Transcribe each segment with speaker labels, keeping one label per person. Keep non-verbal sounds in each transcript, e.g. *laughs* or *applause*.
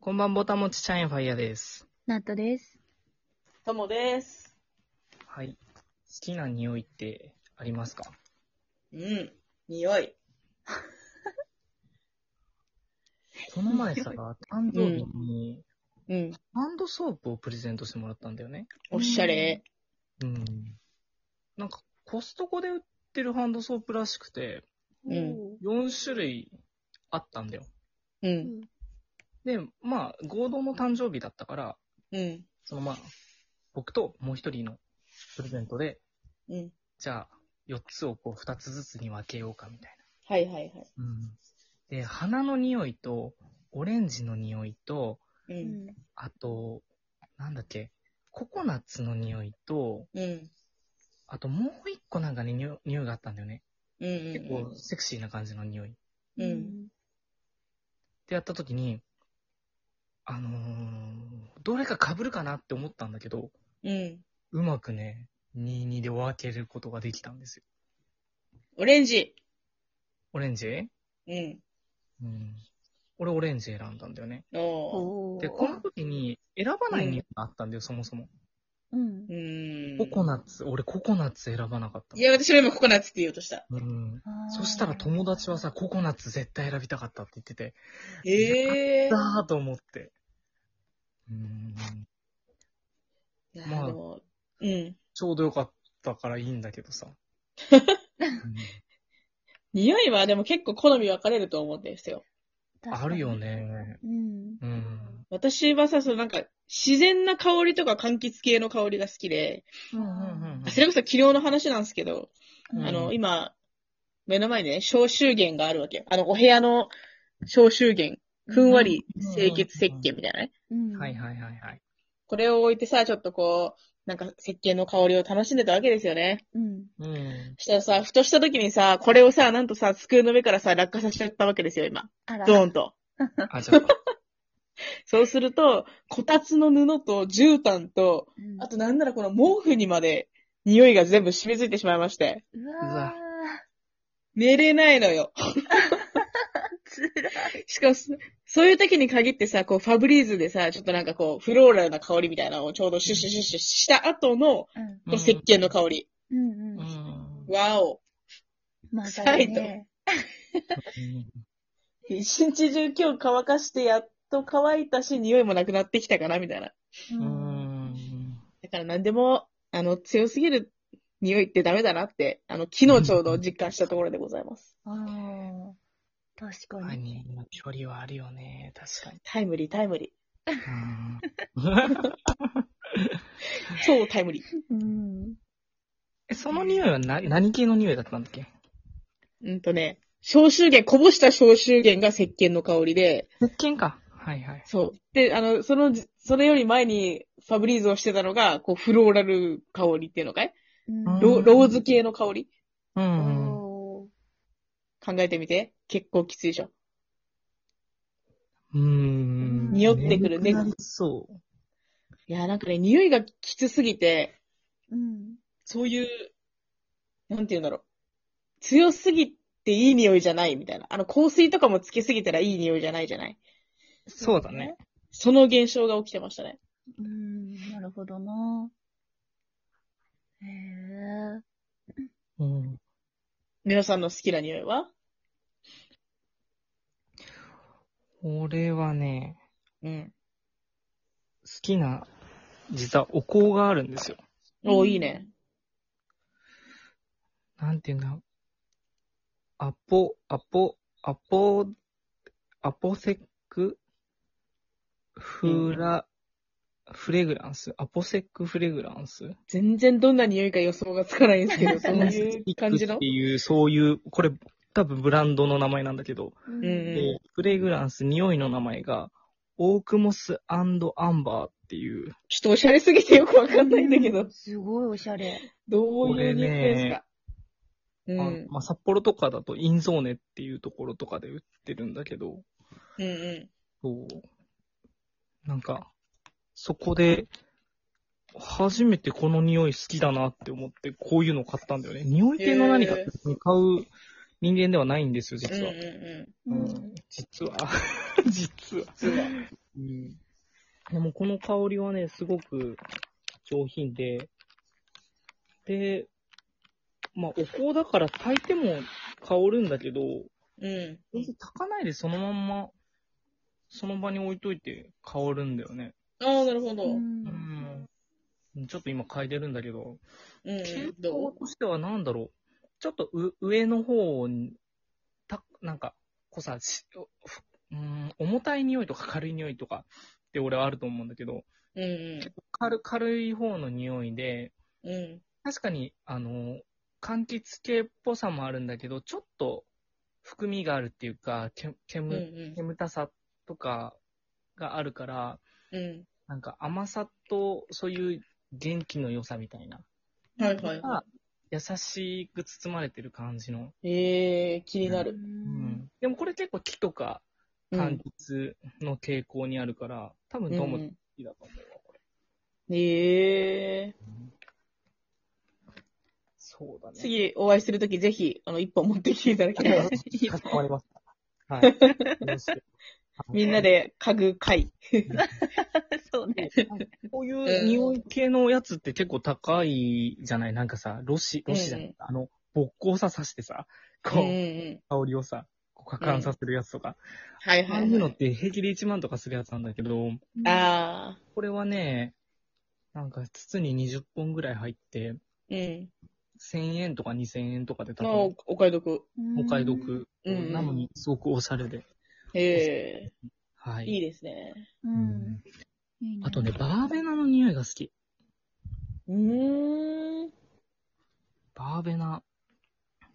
Speaker 1: こんばんぼたもちチャインファイヤーです。
Speaker 2: ナットです。
Speaker 3: ともです。
Speaker 1: はい。好きな匂いってありますか
Speaker 3: うん。匂い。
Speaker 1: この前 *laughs* さ、誕生日に
Speaker 3: うん。
Speaker 1: ハンドソープをプレゼントしてもらったんだよね。
Speaker 3: おしゃれ。
Speaker 1: うん。なんか、コストコで売ってるハンドソープらしくて、
Speaker 3: うん
Speaker 1: 4種類あったんだよ。
Speaker 3: う。
Speaker 2: うんん。
Speaker 1: で、まあ、合同の誕生日だったから、
Speaker 3: うん。
Speaker 1: そのまあ、僕ともう一人のプレゼントで、
Speaker 3: うん。
Speaker 1: じゃあ、4つをこう、2つずつに分けようかみたいな。
Speaker 3: はいはいはい。
Speaker 1: うんで、花の匂いと、オレンジの匂いと、
Speaker 3: う。
Speaker 2: うんん。
Speaker 1: あと、なんだっけ、ココナッツの匂いと、
Speaker 3: うん。
Speaker 1: あともう一個なんかね、匂い匂いがあったんだよね。
Speaker 3: うん。う
Speaker 1: 結構セクシーな感じの匂い。っ
Speaker 3: うん
Speaker 1: てやった時に、あのー、どれか被るかなって思ったんだけど、
Speaker 3: ん。うん。
Speaker 1: うまくね、22で分けることができたんですよ。
Speaker 3: オレンジ。
Speaker 1: オレンジ
Speaker 3: うん。
Speaker 1: うん。俺オレンジ選んだんだよね。
Speaker 3: おー
Speaker 2: おー
Speaker 1: で、この時に選ばない匂いがあったんだよ、そもそも。
Speaker 2: うん
Speaker 3: う。ん。
Speaker 1: ココナッツ、俺ココナッツ選ばなかった
Speaker 3: いや、私も今ココナッツって言おうとした。
Speaker 1: の。うん。そしたら友達はさ、ココナッツ絶対選びたかったって言ってて、
Speaker 3: ええ
Speaker 1: だーと思って。うん。
Speaker 3: ー。なるほど。うん。
Speaker 1: ちょうどよかったからいいんだけどさ。うん
Speaker 3: 匂いはでも結構好み分かれると思うんですよ。
Speaker 1: あるよ。ね。
Speaker 2: うん。
Speaker 1: うん。
Speaker 3: 私はさ、そのなんか、自然な香りとか柑橘系の香りが好きで、
Speaker 1: うんうん
Speaker 3: それこそ昨日の話なんですけど、
Speaker 1: うん
Speaker 3: あの、今、目の前にね、消臭源があるわけよ。あの、お部屋の消臭源。ふんわり清潔石鹸みたいなね。
Speaker 2: うん。
Speaker 1: はい
Speaker 2: い。
Speaker 1: はいはいはい。
Speaker 3: これを置いてさ、ちょっとこう、なんか石鹸の香りを楽しんでたわけですよね。
Speaker 2: うん。
Speaker 1: うん。
Speaker 3: そしたらさ、ふとした時にさ、これをさ、なんとさ、机の上からさ、落下させちゃったわけですよ、今。
Speaker 2: あら。
Speaker 3: ドーンと。
Speaker 1: あ、じゃあ、
Speaker 3: そうすると、こたつの布と絨毯と、
Speaker 2: うん
Speaker 3: あとなんならこの毛布にまで、匂いが全部染みついてしまいまして。
Speaker 2: う
Speaker 1: う
Speaker 2: わ
Speaker 1: わ
Speaker 3: 寝れないの
Speaker 2: *laughs*
Speaker 3: よ。
Speaker 2: ー。つらい。
Speaker 3: しかもそ、そういう時に限ってさ、こう、ファブリーズでさ、ちょっとなんかこう、フローラルな香りみたいなのをちょうどシュッシュッシュッシュッした後の、
Speaker 2: うん。
Speaker 3: この石鹸の香り。
Speaker 2: うん
Speaker 1: う
Speaker 2: うん。
Speaker 1: ん。
Speaker 3: わお。
Speaker 2: まさにね。
Speaker 3: 一日中今日乾かして、やっと乾いたし、匂いもなくなってきたかな、みたいな。
Speaker 2: う。
Speaker 1: うんん。
Speaker 3: だから何でも、あの、強すぎる匂いってダメだなって、あの、昨日ちょうど実感したところでございます。
Speaker 2: あー確
Speaker 1: ま
Speaker 2: か
Speaker 1: あ
Speaker 2: に
Speaker 1: ね。距離はあるよね。確かに。
Speaker 3: タイムリー、タイムリ
Speaker 1: うん
Speaker 3: ー。超タイムリー。
Speaker 2: うん。
Speaker 1: えその匂いはな何系の匂いだったんだっけ
Speaker 3: うんとね、消臭源、こぼした消臭源が石鹸の香りで、
Speaker 1: 石鹸か。はいはい。
Speaker 3: そう。で、あの、その、それより前にファブリーズをしてたのが、こう、フローラル香りっていうのかい、
Speaker 2: うん
Speaker 3: ロ
Speaker 1: うん
Speaker 3: ローズ系の香り
Speaker 1: うん、うん。
Speaker 2: おー
Speaker 3: 考えてみて。結構きついでしょ。
Speaker 1: うん。
Speaker 3: 匂ってくるね
Speaker 1: 眠くなりそう。
Speaker 3: いや、なんかね、匂いがきつすぎて、
Speaker 2: うん。
Speaker 3: そういう、なんて言うんだろう。強すぎていい匂いじゃないみたいな。あの、香水とかもつけすぎたらいい匂いじゃないじゃない
Speaker 1: そうだね。
Speaker 3: その現象が起きてましたね。
Speaker 2: うん。なるほどな。へえ。
Speaker 1: うん。
Speaker 3: 皆さんの好きな匂いは
Speaker 1: 俺はね、
Speaker 3: うん。
Speaker 1: 好きな、実はお香があるんですよ。
Speaker 3: おーいいね。
Speaker 1: なんていうんだ。アポ、アポ、アポ、アポセック、フラ、フレグランス。アポセックフレグランス。
Speaker 3: 全然どんな匂いか予想がつかないんですけど、そういう感じ
Speaker 1: っ
Speaker 3: の
Speaker 1: ていう、そういう、これ、多分ブランドの名前なんだけど、
Speaker 2: うん
Speaker 3: うん
Speaker 1: でフレグランス、匂いの名前が、オークモスアンバーっていう、
Speaker 3: ちょっとおしゃれすぎてよくわかんないんだけど。
Speaker 2: すごいおしゃれ。
Speaker 3: どういう匂いですか、う
Speaker 1: あ
Speaker 3: ん。
Speaker 1: まあ、札幌とかだとインゾーネっていうところとかで売ってるんだけど、
Speaker 3: うんう
Speaker 1: そう。なんか、そこで、初めてこの匂い好きだなって思って、こういうのを買ったんだよね。匂い系の何かって買う人間ではないんですよ、
Speaker 3: ん。うん
Speaker 1: 実は。
Speaker 3: う
Speaker 1: うん、実は。
Speaker 3: 実は。実は。
Speaker 1: うん。でもこの香りはね、すごく上品で、で、まあお香だから炊いても香るんだけど、
Speaker 3: うん。
Speaker 1: 全然炊かないでそのまんま、その場に置いといて香るんだよね。
Speaker 3: ああ、なるほど。
Speaker 2: う
Speaker 3: うん。
Speaker 2: ん
Speaker 1: うん。ちょっと今嗅いでるんだけど、
Speaker 3: どう
Speaker 1: としては何だろう。ちょっとう上の方に、た、なんか、こうさ、しふうん、重たい匂いとか軽い匂いとかって俺はあると思うんだけど、
Speaker 3: うん。
Speaker 1: 軽軽い方の匂いで、
Speaker 3: うん。
Speaker 1: 確かに、あの、柑橘系っぽさもあるんだけど、ちょっと含みがあるっていうか、け
Speaker 3: うん。
Speaker 1: 煙煙たさとかがあるから、
Speaker 3: うん。
Speaker 1: なんか甘さとそういう元気の良さみたいな、
Speaker 3: はいはいは
Speaker 1: が優しく包まれてる感じの。
Speaker 3: い。ええー、気にな
Speaker 2: う
Speaker 3: る。
Speaker 2: ん
Speaker 1: でもこれ結構木とか
Speaker 3: うん
Speaker 1: 柑橘の傾向にあるから、多分どうも好きだと思うわ、これ。
Speaker 3: ええ
Speaker 1: そうだ
Speaker 3: ー。
Speaker 1: ね。
Speaker 3: 次お会いするとき、ぜひ、あの、一本持ってきていただきた
Speaker 1: *laughs*
Speaker 3: い。
Speaker 1: かしこまりました。はい。
Speaker 3: *laughs* みんな
Speaker 1: で。
Speaker 3: で家具買い。
Speaker 2: そうね。
Speaker 1: こういう匂い系のやつって結構高いじゃないなんかさ、ロシ、ロシじゃない、
Speaker 3: うん
Speaker 1: あの、勃行をさ刺してさ、
Speaker 3: うん
Speaker 1: こ
Speaker 3: う
Speaker 1: う、
Speaker 3: ん。
Speaker 1: 香りをさ、こう、加感させるやつとか。
Speaker 3: はい
Speaker 1: あ
Speaker 3: は
Speaker 1: あ
Speaker 3: い、
Speaker 1: いうの
Speaker 3: は
Speaker 1: っ
Speaker 3: い。
Speaker 1: て平気で1万とかするやつなんだけど、
Speaker 3: ああ。
Speaker 1: これはね、なんか筒に20本ぐらい入って、
Speaker 3: うん。
Speaker 1: 1000円とか2000円とかで多
Speaker 3: まあ、
Speaker 1: 分
Speaker 3: おお買い得。
Speaker 2: うん
Speaker 1: お買い。得。
Speaker 3: うん
Speaker 1: なのに、すごくおしゃれで。
Speaker 3: ええ
Speaker 1: はい。
Speaker 3: いいですね。
Speaker 2: う
Speaker 1: うんん。あとね、バーベナの匂いが好き。
Speaker 3: うーん。
Speaker 1: バーベナ。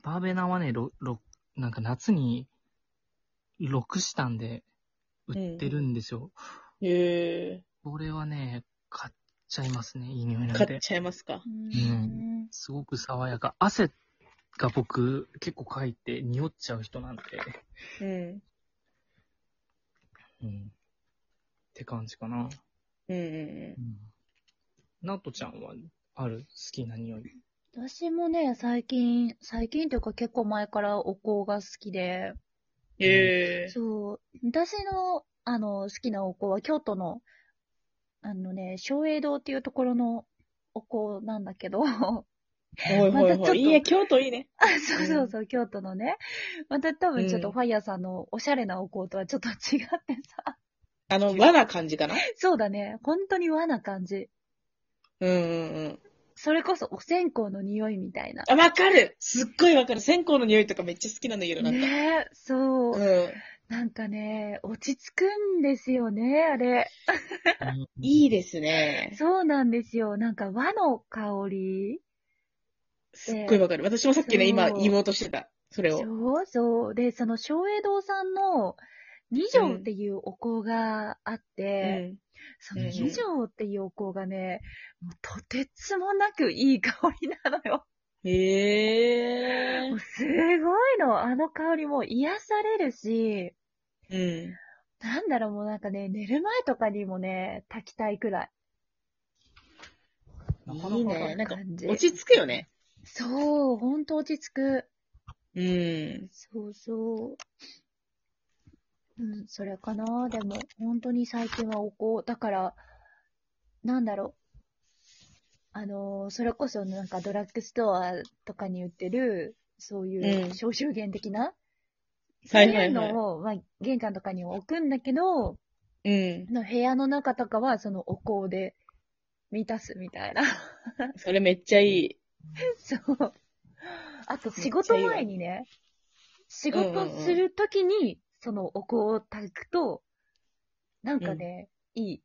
Speaker 1: バーベナはね、ろ、ろ、なんか夏に、ロクシタンで売ってるんですよ。
Speaker 3: ええ
Speaker 1: これはね、買っちゃいますね。いい匂いなん
Speaker 3: 買っ
Speaker 1: で。
Speaker 3: ちゃいますか。
Speaker 2: うん。
Speaker 1: すごく爽やか。汗が僕、結構かいて匂っちゃう人なんで。
Speaker 3: うん。
Speaker 1: うん。って感じかな。
Speaker 3: うんうん
Speaker 1: うん。ナトちゃんは、ある好きな *laughs* 匂い。
Speaker 2: 私もね、最近、最近というか結構前からお香が好きで、
Speaker 3: うん。ええ
Speaker 2: そう、私の、あの、好きなお香は京都の、あのね、松栄堂っていうところのお香なんだけど、あ
Speaker 3: はいはい
Speaker 2: またちょっと
Speaker 3: はい。いいや、京都いいね。
Speaker 2: そうそうそう、京都のね、また多分ちょっとファイヤーさんのおしゃれなお香とはちょっと違ってさ、
Speaker 3: あの、和な感じかな。
Speaker 2: そうだね、本当に和な感じ。
Speaker 3: うんうんうん。
Speaker 2: それこそお線香の匂いみたいな。
Speaker 3: あ、わかるすっごいわかる。線香の匂いとかめっちゃ好きなんだけど、なんか。
Speaker 2: ねえ、そう、
Speaker 3: うん。
Speaker 2: なんかね、落ち着くんですよね、あれ。
Speaker 3: いいですね。
Speaker 2: そうなんですよ、なんか和の香り
Speaker 3: すっごいわかる。私もさっきね、今言おうとしてた。それを。
Speaker 2: そうそう。で、その松栄堂さんの二条っていうお香があっ
Speaker 3: う
Speaker 2: て、
Speaker 3: ん。
Speaker 2: その二条っていうお香がね、もうとてつもなくいい香りなのよ。
Speaker 3: へえ
Speaker 2: もうすごいの。あの香りもう癒されるし、
Speaker 3: ー。うん。
Speaker 2: なんだろう、もうなんかね、寝る前とかにもね、炊きたいくらい。
Speaker 1: ない
Speaker 3: いね。なんか
Speaker 2: 感、じ
Speaker 3: 落ち着くよね。
Speaker 2: そう、ほんと落ち着く。
Speaker 3: うん。
Speaker 2: そうそう。うん、それかな。でも、本当に最近はお香。だから、なんだろう。あのーそれこそなんかドラッグストアとかに売ってる、そうい
Speaker 3: うん
Speaker 2: う消臭源的な、そ
Speaker 3: は
Speaker 2: う
Speaker 3: いはいいうはい。
Speaker 2: のを、まあ、玄関とかには置くんだけど、
Speaker 3: うん。
Speaker 2: の部屋の中とかはそのお香で満たすみたいな。
Speaker 3: それめっちゃいい。
Speaker 2: そう。あと
Speaker 3: めっちゃいい
Speaker 2: 仕
Speaker 3: わ
Speaker 2: 事前にね、仕事するときに、そのお香を炊くと、なんかね、い *laughs* い。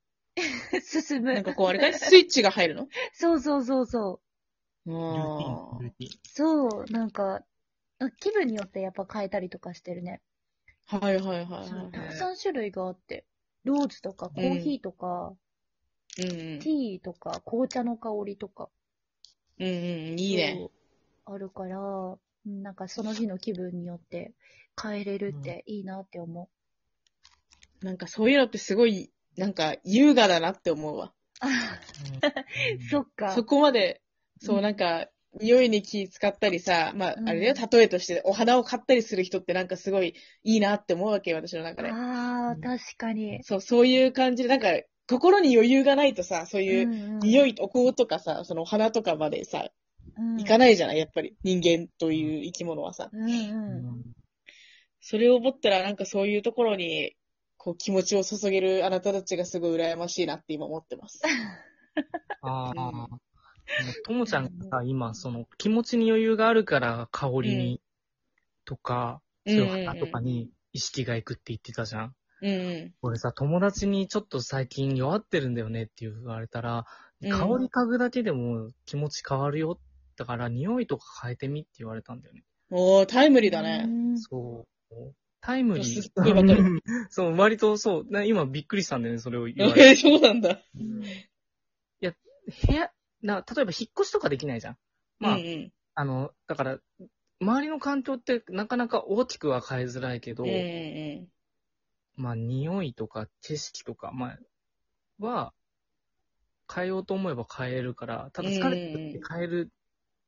Speaker 2: 進
Speaker 3: なん
Speaker 2: む。
Speaker 3: かこう、あれかいスイッチが入るの
Speaker 2: そうそうそうそう。
Speaker 1: ルーテ
Speaker 3: あ
Speaker 1: ィン、ルーティン。
Speaker 2: そう、なんか、あ気分によってやっぱ変えたりとかしてるね。
Speaker 3: あ。はいはいはい
Speaker 2: そうたく
Speaker 3: は
Speaker 2: さん種類があって。ローズとかコーヒーとか、
Speaker 3: い。うん
Speaker 2: ティーとか、紅茶の香りとか。
Speaker 3: うん。うんうん。いいね。
Speaker 2: そう。あるから、うんなんかその日の気分によって変えれるっていいなって思う。
Speaker 3: なんかそういうのってすごい、なんか優雅だなって思うわ。
Speaker 2: そっか。
Speaker 3: そこまで、そううなんか、匂いに気使ったりさ、まあ
Speaker 2: う、ん
Speaker 3: あれだよ、例えとして、お花を買ったりする人ってなんかすごいいいなって思うわけよ、私の中で。
Speaker 2: ああ、あー、確かに。
Speaker 3: そう、そういう感じで、なんか、心に余裕がないとさ、そういう、匂
Speaker 2: い
Speaker 3: い、お香とかさ、そのお花とかまでさ、行か
Speaker 2: い。
Speaker 3: ないじゃないやっぱり人間という生き物はさ。
Speaker 2: うんうん。
Speaker 1: う
Speaker 3: それを思ったらなんかそういうところに、こう気持ちを注げるあなたたちがすごい羨ましいなって今思って
Speaker 1: *laughs*
Speaker 3: ます。
Speaker 1: ん、ああ、
Speaker 3: う
Speaker 1: でも
Speaker 3: ん
Speaker 1: ともちゃんがさ、今、その気持ちに余裕があるから香りに、とか、そういう花とかに意識がいくって言ってたじゃん。
Speaker 3: うんうん。
Speaker 1: 俺さ、友達にちょっと最近弱ってるんだよねって言われたら、
Speaker 3: うん
Speaker 1: 香り嗅ぐだけでも気持ち変わるよ。だから匂いとか変えてみって言われたんだよね。
Speaker 3: おー、タイムリーだね。
Speaker 1: そう。タイムリ
Speaker 3: すっごいわか
Speaker 1: ー。 *laughs* そう、割とそう、な今びっくりしたんだよね、それを言われて。
Speaker 3: えそうなんだ。
Speaker 2: うん。
Speaker 1: 部屋、な、例えば引っ越しとかできないじゃん。まあ、
Speaker 3: うんうん。
Speaker 1: あの、だから、周りの環境ってなかなか大きくは変えづらいけど、
Speaker 3: うんうん
Speaker 1: まあ、匂いとか景色とか、まあ、は、変えようと思えば変えるから、ただ疲れてて変える,、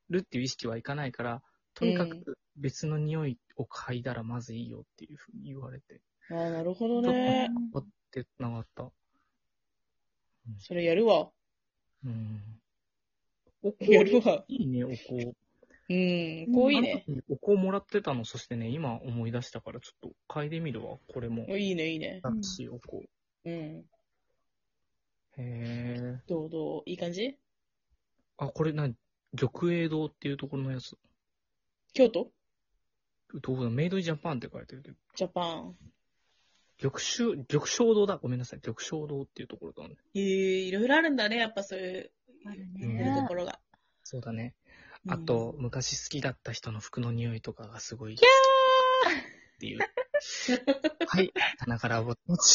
Speaker 1: るっていう意識はいかないから、とにか
Speaker 3: うん
Speaker 1: く別の匂いを嗅いだらまずいいよっていうふうに言われて、
Speaker 3: うん。ああ、なるほどね。
Speaker 1: わってなかった。
Speaker 3: それやるわ。
Speaker 1: うん。お香
Speaker 3: やる
Speaker 1: い
Speaker 3: わ。
Speaker 1: いね、お香。
Speaker 3: うん、こういいね。
Speaker 1: あの時お香もらってたの、そしてね、今思い出したからちょっと嗅いでみるわ、これも。
Speaker 3: いいね、いいね。
Speaker 1: タッチお香。
Speaker 3: うん。
Speaker 1: へー。
Speaker 3: どうどういい感じ
Speaker 1: あ、これ何玉栄堂っていうところのやつ。
Speaker 3: 京都
Speaker 1: どこだメイドインジャパンって書いてるけど。
Speaker 3: ジャパン。
Speaker 1: 玉州、玉昇堂だ。ごめんなさい。玉昇堂っていうところだね。
Speaker 3: えー、いろいろあるんだね、やっぱそういう、
Speaker 2: ある
Speaker 1: うん
Speaker 3: い
Speaker 2: ね
Speaker 3: うところが。
Speaker 1: そうだね。
Speaker 3: うん
Speaker 1: あと、、昔好きだった人の服の匂いとかがすごい。っていう。はい。棚からおぼっち。